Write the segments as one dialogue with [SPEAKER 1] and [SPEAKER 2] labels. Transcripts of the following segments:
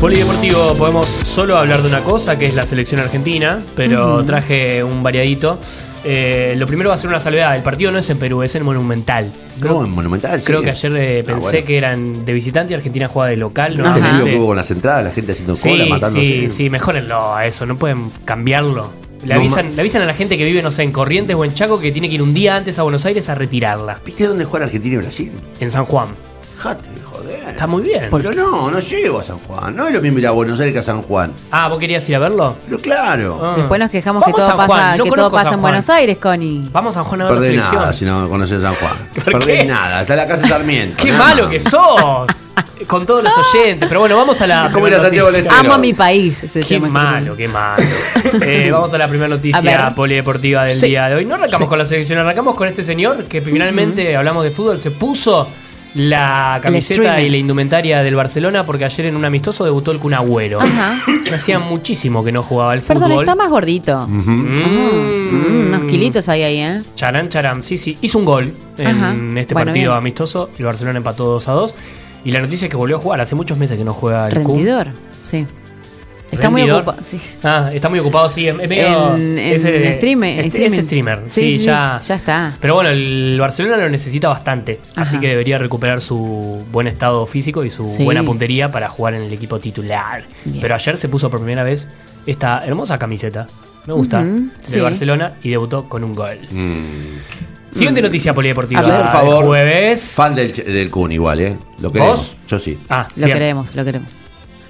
[SPEAKER 1] Polideportivo podemos solo hablar de una cosa, que es la selección argentina, pero traje un variadito. Eh, lo primero va a ser una salvedad. El partido no es en Perú, es en Monumental.
[SPEAKER 2] No, en Monumental, sí.
[SPEAKER 1] Creo que ayer eh,
[SPEAKER 2] Ah,
[SPEAKER 1] pensé
[SPEAKER 2] bueno.
[SPEAKER 1] que eran de visitante y Argentina jugaba de local.
[SPEAKER 2] ¿Viste el lío
[SPEAKER 1] nuevamente.
[SPEAKER 2] Este que hubo con las entradas? La gente haciendo cola,
[SPEAKER 1] Sí,
[SPEAKER 2] matándose.
[SPEAKER 1] sí, sí, mejórenlo a eso, no pueden cambiarlo. Le
[SPEAKER 2] No,
[SPEAKER 1] avisan,
[SPEAKER 2] ma-
[SPEAKER 1] le avisan a la gente que vive, no sé, en Corrientes o en Chaco que tiene que ir un día antes a Buenos Aires a retirarla.
[SPEAKER 2] ¿Viste dónde juegan Argentina y Brasil?
[SPEAKER 1] En San Juan.
[SPEAKER 2] Dejate, de joder.
[SPEAKER 1] Está muy bien.
[SPEAKER 2] Pero no, no llego a San Juan. No es lo mismo ir a Buenos Aires que a San Juan.
[SPEAKER 1] Ah, ¿vos querías ir a verlo?
[SPEAKER 2] Pero claro.
[SPEAKER 1] Ah.
[SPEAKER 3] Después nos quejamos que
[SPEAKER 1] Vamos a
[SPEAKER 3] todo
[SPEAKER 1] San
[SPEAKER 3] pasa,
[SPEAKER 1] Juan, no
[SPEAKER 3] que todo
[SPEAKER 1] conozco
[SPEAKER 3] pasa
[SPEAKER 1] San
[SPEAKER 3] en
[SPEAKER 1] Juan.
[SPEAKER 3] Buenos Aires, Connie.
[SPEAKER 1] Vamos a San Juan a ver la
[SPEAKER 2] Perdés
[SPEAKER 1] selección.
[SPEAKER 2] nada si no conoces San Juan.
[SPEAKER 1] ¿Por
[SPEAKER 2] Perdés
[SPEAKER 1] qué?
[SPEAKER 2] nada. Está la casa Sarmiento.
[SPEAKER 1] ¡Qué
[SPEAKER 2] nada
[SPEAKER 1] malo
[SPEAKER 2] más.
[SPEAKER 1] que sos! Con todos los oyentes. Pero bueno, vamos a la.
[SPEAKER 2] ¿Cómo
[SPEAKER 1] primera
[SPEAKER 2] era Santiago
[SPEAKER 1] noticia.
[SPEAKER 2] del Estero?
[SPEAKER 3] Amo a mi país. se
[SPEAKER 1] Qué
[SPEAKER 3] llama este
[SPEAKER 1] malo, qué malo. Eh, vamos a la primera
[SPEAKER 3] A
[SPEAKER 1] noticia
[SPEAKER 3] ver.
[SPEAKER 1] polideportiva del
[SPEAKER 3] Sí.
[SPEAKER 1] día de hoy. No arrancamos
[SPEAKER 3] Sí.
[SPEAKER 1] con la selección, arrancamos con este señor que finalmente hablamos de fútbol, se puso la camiseta
[SPEAKER 3] streamer.
[SPEAKER 1] y la indumentaria del Barcelona porque ayer en un amistoso debutó el Kun Agüero.
[SPEAKER 3] Ajá.
[SPEAKER 1] Hacía muchísimo que no jugaba al
[SPEAKER 3] Perdón,
[SPEAKER 1] fútbol. Mm.
[SPEAKER 3] está más gordito.
[SPEAKER 2] Ujú.
[SPEAKER 3] Ah, mm, unos kilitos hay ahí, ¿eh?
[SPEAKER 1] Charam, charam. Sí, sí, hizo un gol en
[SPEAKER 3] Ajá.
[SPEAKER 1] este
[SPEAKER 3] Bueno,
[SPEAKER 1] partido
[SPEAKER 3] bien.
[SPEAKER 1] amistoso. El Barcelona empató 2 a 2. Y la noticia es que volvió a jugar. Hace muchos meses que no juega el Kun.
[SPEAKER 3] Rendidor, sí. Está muy
[SPEAKER 1] Rendidor.
[SPEAKER 3] ocupado, sí.
[SPEAKER 1] Ah, está muy ocupado, sí. En,
[SPEAKER 3] En- en streamer, en streaming.
[SPEAKER 1] streamer. Sí,
[SPEAKER 3] Sí, sí,
[SPEAKER 1] ya,
[SPEAKER 3] sí, ya está.
[SPEAKER 1] Pero bueno, el Barcelona lo necesita bastante. Así
[SPEAKER 3] Ajá.
[SPEAKER 1] que debería recuperar su buen estado físico y su
[SPEAKER 3] Sí.
[SPEAKER 1] buena puntería para jugar en el equipo titular.
[SPEAKER 3] Bien.
[SPEAKER 1] Pero ayer se puso por primera vez esta hermosa camiseta. Me gusta.
[SPEAKER 3] Ujú,
[SPEAKER 1] del
[SPEAKER 3] sí.
[SPEAKER 1] Barcelona y debutó con un gol.
[SPEAKER 2] Mm.
[SPEAKER 1] Siguiente noticia polideportiva.
[SPEAKER 2] A ver, por favor.
[SPEAKER 1] del Jueves.
[SPEAKER 2] Fan del, del Kun igual, ¿eh? Lo
[SPEAKER 1] ¿Vos?
[SPEAKER 2] queremos. Yo sí.
[SPEAKER 1] Ah,
[SPEAKER 3] Lo
[SPEAKER 1] bien.
[SPEAKER 3] queremos, lo queremos.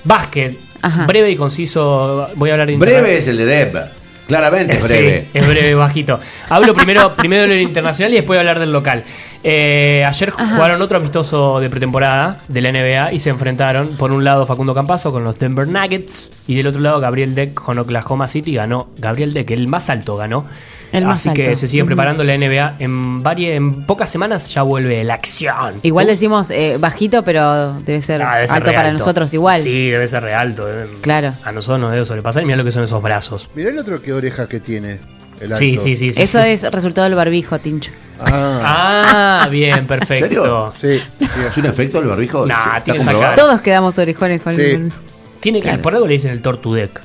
[SPEAKER 1] Básquet.
[SPEAKER 3] Ajá.
[SPEAKER 1] Breve y conciso. Voy a hablar de Eh,
[SPEAKER 2] Breve es el de Denver. Claramente es
[SPEAKER 1] Sí,
[SPEAKER 2] breve.
[SPEAKER 1] es breve, bajito. Hablo primero, primero del internacional y después voy a hablar del local. Eh, ayer jugaron otro amistoso de pretemporada de la NBA y se enfrentaron, por un lado, Facundo Campazo con los Denver Nuggets y del otro lado, Gabriel Deck con Oklahoma City. Ganó Gabriel Deck, el más alto ganó.
[SPEAKER 3] El más
[SPEAKER 1] Así que
[SPEAKER 3] alto.
[SPEAKER 1] se sigue
[SPEAKER 3] Ujú.
[SPEAKER 1] preparando la NBA. En, varias, en pocas semanas ya vuelve la acción. Uh,
[SPEAKER 3] Igual decimos eh, bajito, pero debe ser,
[SPEAKER 1] Ah, debe ser
[SPEAKER 3] alto
[SPEAKER 1] re
[SPEAKER 3] para nosotros igual.
[SPEAKER 1] Sí, debe ser re alto. eh.
[SPEAKER 3] Claro.
[SPEAKER 1] A nosotros nos debe sobrepasar. Mira lo que son esos brazos.
[SPEAKER 4] Mirá el otro que orejas que tiene. El
[SPEAKER 1] Sí,
[SPEAKER 4] alto.
[SPEAKER 1] sí, sí, sí.
[SPEAKER 3] Eso es resultado del barbijo, Tincho.
[SPEAKER 4] Ah,
[SPEAKER 1] Ah, bien, perfecto.
[SPEAKER 2] serio?
[SPEAKER 4] sí. sí.
[SPEAKER 2] ¿Es un efecto el barbijo?
[SPEAKER 1] Nah,
[SPEAKER 2] ¿Está
[SPEAKER 1] tiene esa
[SPEAKER 2] comprobado?
[SPEAKER 3] Todos quedamos orejones con
[SPEAKER 4] Sí.
[SPEAKER 3] el-
[SPEAKER 1] Tiene que, por algo le dicen el Tortudec.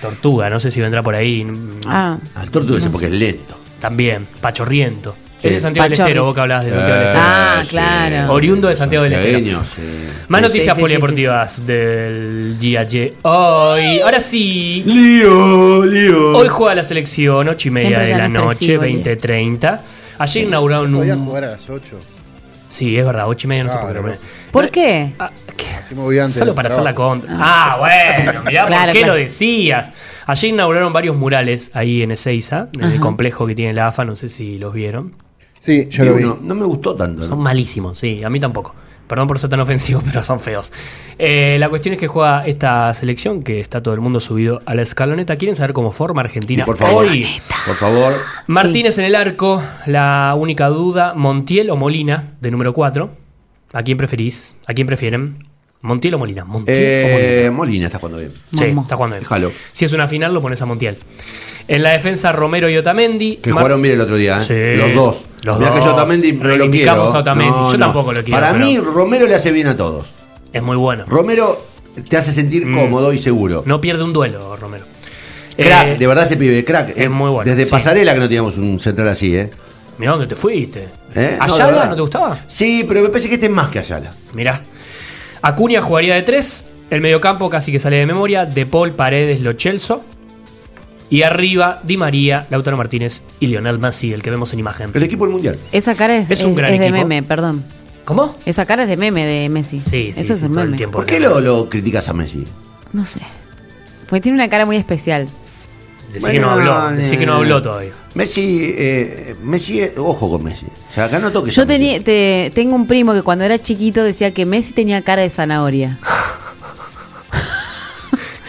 [SPEAKER 1] Tortuga, no sé si vendrá por ahí. mm,
[SPEAKER 3] Ah,
[SPEAKER 2] Al torto ese porque es lento.
[SPEAKER 1] También, Pachorriento.
[SPEAKER 2] Sí.
[SPEAKER 1] Es de Santiago del
[SPEAKER 3] Pachorris.
[SPEAKER 1] Estero, vos que hablabas de Santiago del
[SPEAKER 2] Eh,
[SPEAKER 1] Estero.
[SPEAKER 3] Ah, claro.
[SPEAKER 1] Oriundo de Santiago del Estero.
[SPEAKER 2] Santiagueño, sí.
[SPEAKER 1] Más
[SPEAKER 3] Ah. Sí,
[SPEAKER 1] noticias
[SPEAKER 3] sí, sí,
[SPEAKER 1] polideportivas del día de hoy. Ahora sí.
[SPEAKER 2] Lío, lío.
[SPEAKER 1] Hoy juega la selección, 8 y media
[SPEAKER 3] Siempre
[SPEAKER 1] de
[SPEAKER 3] tan
[SPEAKER 1] la noche,
[SPEAKER 3] expresivo, Lía.
[SPEAKER 1] 20.30. Ayer inauguraron
[SPEAKER 4] Podía
[SPEAKER 1] un.
[SPEAKER 4] jugar a las 8.
[SPEAKER 1] Sí, es verdad, 8 y media no se
[SPEAKER 4] Claro,
[SPEAKER 1] puede
[SPEAKER 4] no.
[SPEAKER 1] comer.
[SPEAKER 3] ¿Por qué?
[SPEAKER 1] Ah, ¿qué?
[SPEAKER 4] Así me voy antes
[SPEAKER 1] Solo
[SPEAKER 4] del
[SPEAKER 1] para hacer
[SPEAKER 4] trabajo.
[SPEAKER 1] la contra. Ah, bueno, mirá por
[SPEAKER 3] Claro,
[SPEAKER 1] qué
[SPEAKER 3] claro.
[SPEAKER 1] lo decías. Ayer inauguraron varios murales ahí en Ezeiza, en el
[SPEAKER 3] Ajá.
[SPEAKER 1] complejo que tiene la AFA, no sé si los vieron.
[SPEAKER 4] Sí, yo
[SPEAKER 2] Y
[SPEAKER 4] lo vi.
[SPEAKER 2] uno, no me gustó tanto.
[SPEAKER 1] Son
[SPEAKER 2] ¿no?
[SPEAKER 1] malísimos, sí, a mí tampoco. Perdón por ser tan ofensivo, pero son feos. Eh, la cuestión es que juega esta selección, que está todo el mundo subido a la escaloneta. ¿Quieren saber cómo forma Argentina
[SPEAKER 2] Y por favor,
[SPEAKER 1] hoy?
[SPEAKER 2] por favor,
[SPEAKER 1] Martínez en el arco, la única duda, Montiel o Molina, de número 4. ¿A quién preferís? ¿A quién prefieren? ¿Montiel o Molina? ¿Montiel o Molina?
[SPEAKER 2] eh, Molina está jugando bien.
[SPEAKER 1] Sí,
[SPEAKER 3] Momo.
[SPEAKER 1] está jugando bien.
[SPEAKER 2] Déjalo.
[SPEAKER 1] Si es una final, lo pones a Montiel. En la defensa, Romero y Otamendi.
[SPEAKER 2] Que
[SPEAKER 1] Mar-
[SPEAKER 2] jugaron bien el otro día, ¿eh?
[SPEAKER 1] Sí.
[SPEAKER 2] Los dos.
[SPEAKER 1] Los
[SPEAKER 2] Mirá
[SPEAKER 1] dos.
[SPEAKER 2] que yo Otamendi no lo quiero.
[SPEAKER 1] Reivindicamos a Otamendi.
[SPEAKER 2] No,
[SPEAKER 1] Yo
[SPEAKER 2] no.
[SPEAKER 1] tampoco lo quiero,
[SPEAKER 2] Para
[SPEAKER 1] pero-
[SPEAKER 2] mí, Romero le hace bien a todos.
[SPEAKER 1] Es muy bueno.
[SPEAKER 2] Romero te hace sentir cómodo y seguro.
[SPEAKER 1] Mm. No pierde un duelo, Romero.
[SPEAKER 2] Crack,
[SPEAKER 1] Eh,
[SPEAKER 2] de verdad ese pibe, crack.
[SPEAKER 1] es muy bueno,
[SPEAKER 2] Desde
[SPEAKER 1] sí.
[SPEAKER 2] pasarela que no teníamos un central así, ¿eh?
[SPEAKER 1] Mirá dónde te fuiste.
[SPEAKER 2] ¿Eh? No, de
[SPEAKER 1] ¿Ayala
[SPEAKER 2] verdad.
[SPEAKER 1] no, te gustaba?
[SPEAKER 2] Sí, pero me parece que este es más que Ayala.
[SPEAKER 1] Mirá. Acuña jugaría de tres. El mediocampo casi que sale de memoria. De Paul, Paredes, Lo Celso. Y arriba, Di María, Lautaro Martínez y Lionel Messi, el que vemos en imagen.
[SPEAKER 2] El equipo del mundial.
[SPEAKER 3] Esa cara es,
[SPEAKER 1] Es un
[SPEAKER 3] es-
[SPEAKER 1] gran
[SPEAKER 3] es de
[SPEAKER 1] equipo.
[SPEAKER 3] meme, perdón.
[SPEAKER 1] ¿Cómo?
[SPEAKER 3] Esa cara es de meme de Messi.
[SPEAKER 1] Sí, sí,
[SPEAKER 3] Eso es
[SPEAKER 1] sí,
[SPEAKER 3] un
[SPEAKER 1] todo el
[SPEAKER 3] meme.
[SPEAKER 1] tiempo.
[SPEAKER 2] ¿Por qué lo, lo criticas a Messi?
[SPEAKER 3] No sé. Porque tiene una cara muy especial.
[SPEAKER 1] Decí que no
[SPEAKER 2] Bueno,
[SPEAKER 1] habló. Decí que no
[SPEAKER 2] eh,
[SPEAKER 1] habló todavía.
[SPEAKER 2] Messi, eh, Messi, eh, ojo con Messi. O sea, acá no toques. a
[SPEAKER 3] Yo
[SPEAKER 2] Messi.
[SPEAKER 3] tenía, te- tengo un primo que cuando era chiquito decía que Messi tenía cara de zanahoria.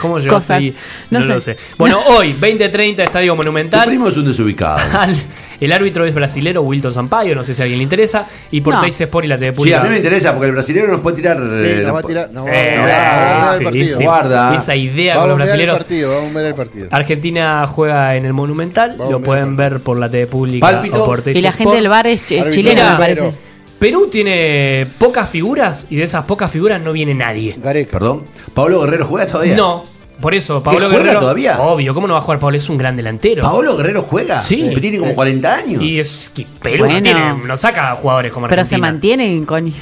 [SPEAKER 1] ¿Cómo llegaste
[SPEAKER 3] Cosas.
[SPEAKER 1] ahí? No,
[SPEAKER 3] No
[SPEAKER 1] lo sé.
[SPEAKER 3] sé.
[SPEAKER 1] Bueno, hoy, 20.30, Estadio
[SPEAKER 2] Tu
[SPEAKER 1] Monumental.
[SPEAKER 2] primo es un desubicado.
[SPEAKER 1] Al- El árbitro es brasilero Wilton Sampaio, no sé si a alguien le interesa. Y por
[SPEAKER 3] No.
[SPEAKER 1] Teis Sport y la TV
[SPEAKER 2] sí,
[SPEAKER 1] Pública.
[SPEAKER 2] a mí me interesa porque el brasileño nos puede tirar. eh,
[SPEAKER 4] Sí, nos
[SPEAKER 2] la-
[SPEAKER 4] va a tirar. Nos va a
[SPEAKER 1] Eh,
[SPEAKER 4] nos va a
[SPEAKER 2] sí,
[SPEAKER 4] tirar el
[SPEAKER 1] ese-
[SPEAKER 4] partido.
[SPEAKER 2] Guarda.
[SPEAKER 1] Esa idea con los
[SPEAKER 4] Vamos a ver el
[SPEAKER 1] brasileros.
[SPEAKER 4] partido. Vamos a ver el partido.
[SPEAKER 1] Argentina juega en el Monumental,
[SPEAKER 4] Vamos
[SPEAKER 1] lo
[SPEAKER 4] a
[SPEAKER 1] pueden ver por la TV Pública
[SPEAKER 2] Pálpito.
[SPEAKER 1] o por Teis
[SPEAKER 3] Y la
[SPEAKER 1] Sport.
[SPEAKER 3] gente del bar es, ch-
[SPEAKER 4] Árbitro
[SPEAKER 3] chilena, me
[SPEAKER 4] Romero.
[SPEAKER 3] parece.
[SPEAKER 1] Perú tiene pocas figuras y de esas pocas figuras no viene nadie.
[SPEAKER 4] Gareca.
[SPEAKER 2] Perdón. ¿Pablo Guerrero juega todavía?
[SPEAKER 1] No, por eso, Pablo
[SPEAKER 2] juega
[SPEAKER 1] Guerrero.
[SPEAKER 2] todavía?
[SPEAKER 1] Obvio, ¿cómo no va a jugar Pablo? Es un gran delantero.
[SPEAKER 2] ¿Pablo Guerrero juega?
[SPEAKER 1] Sí.
[SPEAKER 2] Pero Tiene como 40 años.
[SPEAKER 1] Y es que Perú no,
[SPEAKER 3] Bueno.
[SPEAKER 1] tiene, no saca jugadores como
[SPEAKER 3] Pero se
[SPEAKER 1] Argentina.
[SPEAKER 3] mantienen, coño.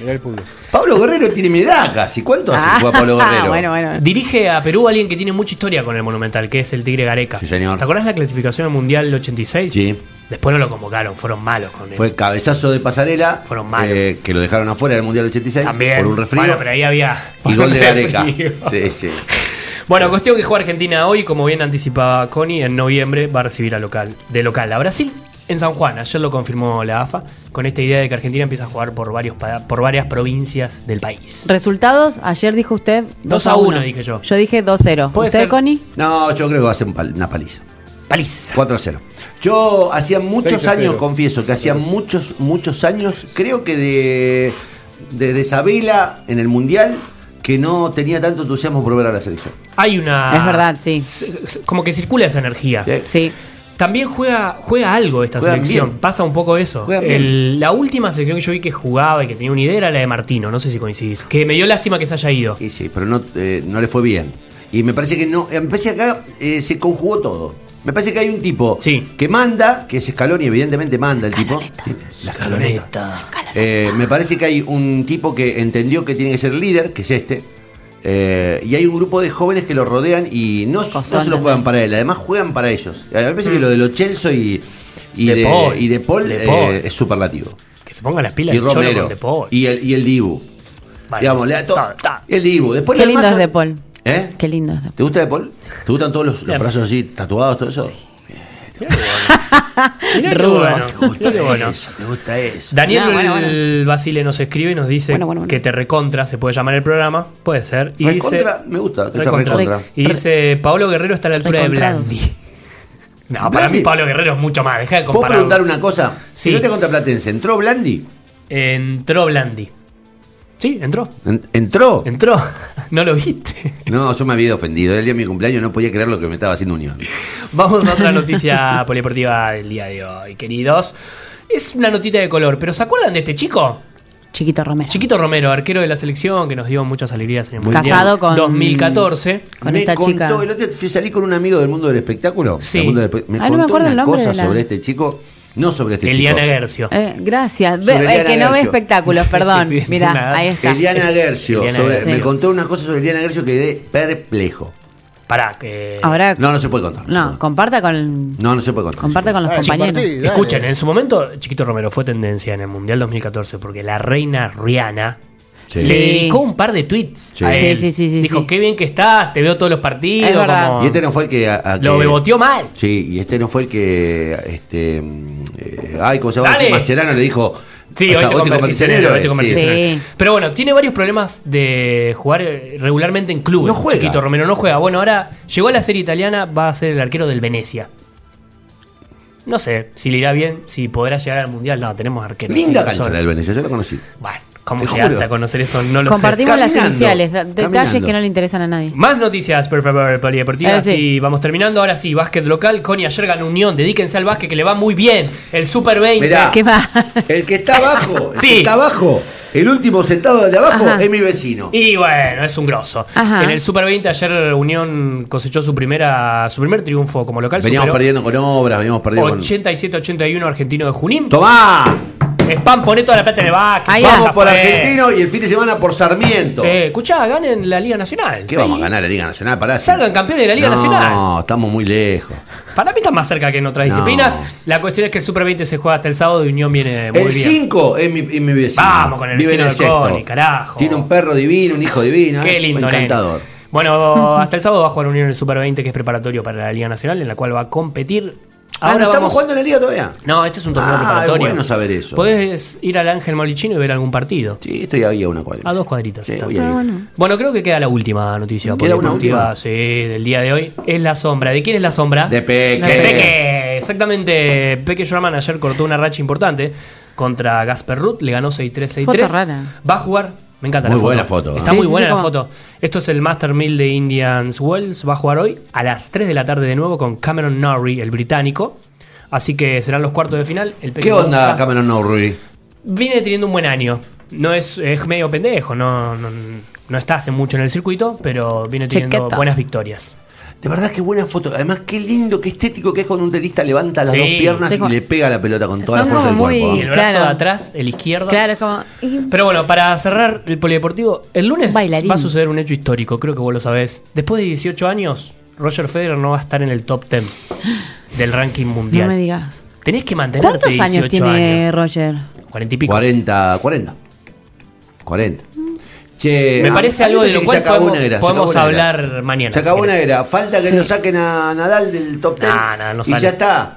[SPEAKER 4] Mirá el público.
[SPEAKER 2] Pablo Guerrero tiene mi edad casi. ¿Cuánto hace que juega Pablo Guerrero?
[SPEAKER 3] bueno, bueno.
[SPEAKER 1] Dirige a Perú alguien que tiene mucha historia con el Monumental, que es el Tigre Gareca.
[SPEAKER 2] Sí, señor.
[SPEAKER 1] ¿Te acordás de la clasificación al Mundial del 86?
[SPEAKER 2] Sí.
[SPEAKER 1] Después no lo convocaron, fueron malos con él.
[SPEAKER 2] Fue cabezazo de pasarela.
[SPEAKER 1] Fueron malos.
[SPEAKER 2] eh, que lo dejaron afuera del Mundial 86
[SPEAKER 1] También.
[SPEAKER 2] por un refrío.
[SPEAKER 1] Bueno, pero ahí había.
[SPEAKER 2] y gol de Gareca.
[SPEAKER 1] refrío.
[SPEAKER 2] Sí, sí.
[SPEAKER 1] Bueno, cuestión que juega Argentina hoy, como bien anticipaba Connie, en noviembre va a recibir a local, de local a Brasil en San Juan. Ayer lo confirmó la AFA con esta idea de que Argentina empieza a jugar por, varios, pa- por varias provincias del país.
[SPEAKER 3] Resultados, ayer dijo usted
[SPEAKER 1] 2
[SPEAKER 3] 2
[SPEAKER 1] a
[SPEAKER 3] a
[SPEAKER 1] 1,
[SPEAKER 3] 1,
[SPEAKER 1] dije yo.
[SPEAKER 3] Yo dije 2-0.
[SPEAKER 1] Puede
[SPEAKER 3] ¿Usted,
[SPEAKER 1] ser.
[SPEAKER 3] Connie?
[SPEAKER 2] No, yo creo que va a ser un pal- una paliza.
[SPEAKER 1] Paliza.
[SPEAKER 2] 4 a 0. Yo hacía muchos
[SPEAKER 4] 6 a 0.
[SPEAKER 2] años, confieso, que hacía muchos, muchos años, creo que de, desde Isabela en el Mundial, que no tenía tanto entusiasmo por ver a la selección.
[SPEAKER 1] Hay una.
[SPEAKER 3] Es verdad, sí.
[SPEAKER 1] s- s- Como que circula esa energía.
[SPEAKER 2] Sí.
[SPEAKER 3] Sí.
[SPEAKER 1] También juega, juega algo esta
[SPEAKER 2] Juegan
[SPEAKER 1] selección.
[SPEAKER 2] bien.
[SPEAKER 1] Pasa un poco eso.
[SPEAKER 2] Juegan
[SPEAKER 1] El- la última selección que yo vi que jugaba y que tenía una idea era la de Martino. No sé si coincidís. Que me dio lástima que se haya ido.
[SPEAKER 2] Y sí, pero no, eh, no le fue bien. Y me parece que no, eh, me parece que acá eh, se conjugó todo. Me parece que hay un tipo
[SPEAKER 1] Sí.
[SPEAKER 2] que manda, que es Scaloni, evidentemente manda el tipo. Tiene- La escaloneta. Eh, me parece que hay un tipo que entendió que tiene que ser líder, que es este. eh, y hay un grupo de jóvenes que lo rodean y no, no se lo
[SPEAKER 3] entender.
[SPEAKER 2] juegan para él, además juegan para ellos. Eh, Me parece que lo de los Chelsea y, y
[SPEAKER 1] Mm. De
[SPEAKER 2] de,
[SPEAKER 1] Paul.
[SPEAKER 2] y de Paul,
[SPEAKER 1] De
[SPEAKER 2] eh,
[SPEAKER 1] Paul.
[SPEAKER 2] es superlativo.
[SPEAKER 1] Que se ponga las pilas
[SPEAKER 2] Y
[SPEAKER 1] el Cholo con
[SPEAKER 2] Romero.
[SPEAKER 1] De Paul.
[SPEAKER 2] Y el, y el Dibu.
[SPEAKER 1] Vale.
[SPEAKER 2] Digamos, le da to-
[SPEAKER 1] Ta, ta.
[SPEAKER 2] El Dibu. Después los
[SPEAKER 3] Qué lindo
[SPEAKER 2] demás
[SPEAKER 3] es De
[SPEAKER 2] son-
[SPEAKER 3] Paul.
[SPEAKER 2] ¿Eh?
[SPEAKER 3] Qué lindo es De Paul.
[SPEAKER 2] ¿Te gusta De Paul? ¿Te gustan todos los, los
[SPEAKER 1] Bien.
[SPEAKER 2] brazos así tatuados, todo eso?
[SPEAKER 1] Mirá qué
[SPEAKER 3] Rudos.
[SPEAKER 1] bueno, mirá qué bueno.
[SPEAKER 2] eso, te gusta eso.
[SPEAKER 1] Daniel
[SPEAKER 3] No, bueno,
[SPEAKER 1] Basile nos escribe y nos dice
[SPEAKER 3] Bueno, bueno, bueno.
[SPEAKER 1] que te recontra, se puede llamar el programa, puede ser. Y
[SPEAKER 2] Recontra,
[SPEAKER 1] dice,
[SPEAKER 2] me gusta, está
[SPEAKER 1] Recontra.
[SPEAKER 2] recontra.
[SPEAKER 3] Re-
[SPEAKER 1] Y dice, Pablo Guerrero está a la altura de
[SPEAKER 3] Recontrados.
[SPEAKER 1] Blandi. No, para
[SPEAKER 2] Blandi.
[SPEAKER 1] mí Pablo Guerrero es mucho más, deja de
[SPEAKER 2] ¿Puedo
[SPEAKER 1] comparar.
[SPEAKER 2] preguntar una cosa?
[SPEAKER 1] Sí.
[SPEAKER 2] Si no te contra Platense, ¿entró Blandi?
[SPEAKER 1] Entró Blandi. Sí, entró.
[SPEAKER 2] En- ¿Entró?
[SPEAKER 1] Entró. ¿No lo viste?
[SPEAKER 2] No, yo me había ofendido. El día de mi cumpleaños no podía creer lo que me estaba haciendo Unión.
[SPEAKER 1] Vamos a otra noticia polideportiva del día de hoy, queridos. Es una notita de color, pero ¿se acuerdan de este chico?
[SPEAKER 3] Chiquito Romero.
[SPEAKER 1] Chiquito Romero, arquero de la selección que nos dio muchas alegrías en el
[SPEAKER 2] Muy
[SPEAKER 1] Mundial
[SPEAKER 2] bien.
[SPEAKER 3] Casado con-
[SPEAKER 1] 2014.
[SPEAKER 3] Con
[SPEAKER 2] me
[SPEAKER 3] esta
[SPEAKER 2] contó,
[SPEAKER 3] chica.
[SPEAKER 2] el otro día fui- salí con un amigo del mundo del espectáculo.
[SPEAKER 1] Sí.
[SPEAKER 2] del mundo del espe- me
[SPEAKER 3] Ah, no me
[SPEAKER 2] contó
[SPEAKER 3] acuerdo el
[SPEAKER 2] unas
[SPEAKER 3] nombre
[SPEAKER 2] cosas
[SPEAKER 3] de la-
[SPEAKER 2] sobre este chico, no sobre este
[SPEAKER 1] Eliana
[SPEAKER 2] chico.
[SPEAKER 1] Gercio.
[SPEAKER 3] Eh, gracias.
[SPEAKER 2] Sobre
[SPEAKER 3] Ve-
[SPEAKER 2] Eliana
[SPEAKER 3] es que no ve
[SPEAKER 2] Garcio.
[SPEAKER 3] espectáculos, perdón.
[SPEAKER 1] Te pido
[SPEAKER 3] Mira,
[SPEAKER 1] nada.
[SPEAKER 3] ahí está.
[SPEAKER 2] Eliana Gercio.
[SPEAKER 1] Eliana
[SPEAKER 2] sobre-
[SPEAKER 1] Gercio.
[SPEAKER 2] Me contó unas cosas sobre Eliana Gercio que quedé perplejo.
[SPEAKER 1] Pará, que.
[SPEAKER 3] Ahora,
[SPEAKER 2] No, no se puede contar.
[SPEAKER 3] Ah. no,
[SPEAKER 2] No, se puede contar.
[SPEAKER 3] comparta con,
[SPEAKER 2] no, no se puede contar.
[SPEAKER 3] comparta con los
[SPEAKER 2] Ah,
[SPEAKER 4] Dale,
[SPEAKER 3] compañeros.
[SPEAKER 4] compartí, dale.
[SPEAKER 1] Escuchen, en su momento, Chiquito Romero fue tendencia en el Mundial 2014 porque la reina Rihanna
[SPEAKER 2] Sí.
[SPEAKER 1] le
[SPEAKER 3] Sí.
[SPEAKER 1] dedicó un par de tweets.
[SPEAKER 2] Sí.
[SPEAKER 1] a él.
[SPEAKER 3] Sí, sí, sí, sí,
[SPEAKER 1] Dijo,
[SPEAKER 3] sí.
[SPEAKER 1] qué bien que estás, te veo todos los partidos.
[SPEAKER 3] Es verdad.
[SPEAKER 1] como-
[SPEAKER 2] Y este no fue el que. a- a
[SPEAKER 1] Lo
[SPEAKER 2] que-
[SPEAKER 1] beboteó mal.
[SPEAKER 2] Sí, y este no fue el que. Este, mm, eh, ay, ¿cómo se llama?
[SPEAKER 1] Dale.
[SPEAKER 2] Mascherano le dijo.
[SPEAKER 1] Sí,
[SPEAKER 2] hasta
[SPEAKER 1] hoy te convertís en héroe, hoy te
[SPEAKER 2] eh.
[SPEAKER 1] convertís
[SPEAKER 2] Sí.
[SPEAKER 1] en héroe.
[SPEAKER 3] Sí.
[SPEAKER 1] Pero bueno, tiene varios problemas de jugar eh, regularmente en clubes.
[SPEAKER 2] No juega.
[SPEAKER 1] Chiquito Romero no juega. Bueno, ahora llegó a la serie italiana, va a ser el arquero del Venecia. No sé si le irá bien, si podrá llegar al mundial. No, tenemos arqueros.
[SPEAKER 2] Linda
[SPEAKER 1] sí,
[SPEAKER 2] cancha
[SPEAKER 1] son-
[SPEAKER 2] la del Venecia, yo la conocí.
[SPEAKER 1] Bueno, ¿cómo
[SPEAKER 2] Te
[SPEAKER 1] llegaste
[SPEAKER 2] juro.
[SPEAKER 1] a conocer eso? No lo sé.
[SPEAKER 3] Compartimos las
[SPEAKER 2] Caminando,
[SPEAKER 3] iniciales, da- detalles
[SPEAKER 2] caminando. Mm.
[SPEAKER 3] que no le interesan a nadie.
[SPEAKER 1] Más noticias, por favor, polideportivas.
[SPEAKER 3] Eh, sí.
[SPEAKER 1] Y vamos terminando. Ahora sí, básquet local. Connie ayer ganó Unión. Dedíquense al básquet que le va muy bien. El Super 20.
[SPEAKER 2] Mirá.
[SPEAKER 3] ¿Qué va?
[SPEAKER 2] El que está abajo, el
[SPEAKER 1] Sí.
[SPEAKER 2] que está abajo, el último sentado de abajo
[SPEAKER 3] Ajá.
[SPEAKER 2] es mi vecino.
[SPEAKER 1] Y bueno, es un grosso.
[SPEAKER 3] Ajá.
[SPEAKER 1] En el Super 20 ayer Unión cosechó su primera su primer triunfo como local.
[SPEAKER 2] Veníamos
[SPEAKER 1] superó
[SPEAKER 2] perdiendo con obras, veníamos perdiendo con.
[SPEAKER 1] 87-81 argentino de Junín.
[SPEAKER 2] ¡Tomá!
[SPEAKER 1] Spam, poné toda la plata en el básquet.
[SPEAKER 3] Ahí
[SPEAKER 1] pasa
[SPEAKER 2] Vamos por
[SPEAKER 1] Fred.
[SPEAKER 2] Argentino y el fin de semana por Sarmiento.
[SPEAKER 1] Sí, escuchá, ganen la Liga Nacional.
[SPEAKER 2] ¿Qué vamos a ganar la Liga Nacional? Pará. si-
[SPEAKER 1] Salgan campeones de la Liga
[SPEAKER 2] no,
[SPEAKER 1] Nacional.
[SPEAKER 2] estamos muy lejos.
[SPEAKER 1] Para mí está más cerca que en otras
[SPEAKER 2] No.
[SPEAKER 1] disciplinas. La cuestión es que el Super 20 se juega hasta el sábado y Unión viene muy
[SPEAKER 2] El
[SPEAKER 1] bien.
[SPEAKER 2] 5 es mi, es mi vecino.
[SPEAKER 1] Vamos con el
[SPEAKER 2] Vive en
[SPEAKER 1] vecino de
[SPEAKER 2] sexto.
[SPEAKER 1] Coni, carajo.
[SPEAKER 2] Tiene un perro divino, un hijo divino.
[SPEAKER 1] Qué
[SPEAKER 2] ¿eh?
[SPEAKER 1] lindo, nene.
[SPEAKER 2] Encantador.
[SPEAKER 1] Bueno, hasta el sábado va a jugar Unión en el Super 20, que es preparatorio para la Liga Nacional, en la cual va a competir.
[SPEAKER 2] Ah, ¿no estamos
[SPEAKER 1] vamos-
[SPEAKER 2] jugando en la liga todavía?
[SPEAKER 1] No, este es un torneo
[SPEAKER 2] Ah, es
[SPEAKER 1] preparatorio.
[SPEAKER 2] bueno saber eso.
[SPEAKER 1] Podés ir al Ángel Molichino y ver algún partido.
[SPEAKER 2] Sí, estoy ahí a una cuadra.
[SPEAKER 1] A dos cuadritas.
[SPEAKER 2] Sí,
[SPEAKER 1] estás.
[SPEAKER 2] voy a ir.
[SPEAKER 3] Mm.
[SPEAKER 1] Bueno, creo que queda la última noticia.
[SPEAKER 2] ¿Queda una
[SPEAKER 1] polideportiva,
[SPEAKER 2] última?
[SPEAKER 1] Sí, del día de hoy. Es la sombra. ¿De quién es la sombra?
[SPEAKER 2] De Peque.
[SPEAKER 1] De Peque. Exactamente. Peque Jorman ayer cortó una racha importante contra Gasper Ruth. Le ganó 6-3, 6-3.
[SPEAKER 3] Foto rara.
[SPEAKER 1] Va a jugar. Me encanta
[SPEAKER 2] Muy
[SPEAKER 1] la foto.
[SPEAKER 2] buena foto, ¿eh?
[SPEAKER 1] Está
[SPEAKER 3] Sí,
[SPEAKER 1] muy
[SPEAKER 3] sí,
[SPEAKER 1] buena
[SPEAKER 3] sí,
[SPEAKER 1] la
[SPEAKER 3] como-
[SPEAKER 1] foto. Esto es el Master Mill de Indians Wells. Va a jugar hoy a las 3 de la tarde de nuevo con Cameron Norrie, el británico. Así que serán los cuartos de final. El Peque
[SPEAKER 2] ¿Qué onda,
[SPEAKER 1] Monza-
[SPEAKER 2] Cameron Norrie?
[SPEAKER 1] viene teniendo un buen año. No es, es medio pendejo, no, no, no está hace mucho en el circuito, pero viene teniendo
[SPEAKER 3] Chequeta.
[SPEAKER 1] buenas victorias.
[SPEAKER 2] De verdad, qué buena foto. Además, qué lindo, qué estético que es cuando un tenista levanta las
[SPEAKER 1] Sí.
[SPEAKER 2] dos piernas
[SPEAKER 3] Tengo-
[SPEAKER 2] y le pega la pelota con toda
[SPEAKER 3] Son
[SPEAKER 2] la fuerza
[SPEAKER 3] como
[SPEAKER 2] del
[SPEAKER 1] Y
[SPEAKER 2] cuerpo.
[SPEAKER 1] el
[SPEAKER 2] ¿eh?
[SPEAKER 1] brazo
[SPEAKER 3] Claro.
[SPEAKER 1] de atrás, el izquierdo.
[SPEAKER 3] Claro, es como.
[SPEAKER 1] Pero bueno, para cerrar el polideportivo, el lunes
[SPEAKER 3] Bailarín.
[SPEAKER 1] va a suceder un hecho histórico, creo que vos lo sabés. Después de 18 años, Roger Federer no va a estar en el top 10 del ranking
[SPEAKER 3] No
[SPEAKER 1] mundial.
[SPEAKER 3] me digas.
[SPEAKER 1] Tenés que mantenerte
[SPEAKER 3] ¿Cuántos años
[SPEAKER 1] 18
[SPEAKER 3] tiene
[SPEAKER 1] años.
[SPEAKER 3] Roger?
[SPEAKER 1] 40 y pico.
[SPEAKER 2] 40, 40. 40. Che,
[SPEAKER 1] Me
[SPEAKER 2] a-
[SPEAKER 1] parece
[SPEAKER 2] a mí
[SPEAKER 1] algo de lo
[SPEAKER 2] parece Ah, que
[SPEAKER 1] cual
[SPEAKER 2] se acabó
[SPEAKER 1] podemos-
[SPEAKER 2] una era, se
[SPEAKER 1] podemos
[SPEAKER 2] acabó una era.
[SPEAKER 1] hablar mañana,
[SPEAKER 2] Se acabó
[SPEAKER 1] si
[SPEAKER 2] una
[SPEAKER 1] querés.
[SPEAKER 2] era. Falta que
[SPEAKER 3] Sí.
[SPEAKER 2] lo saquen a Nadal del top 10.
[SPEAKER 1] Nah, nah, no
[SPEAKER 2] y
[SPEAKER 1] sale.
[SPEAKER 2] ya está.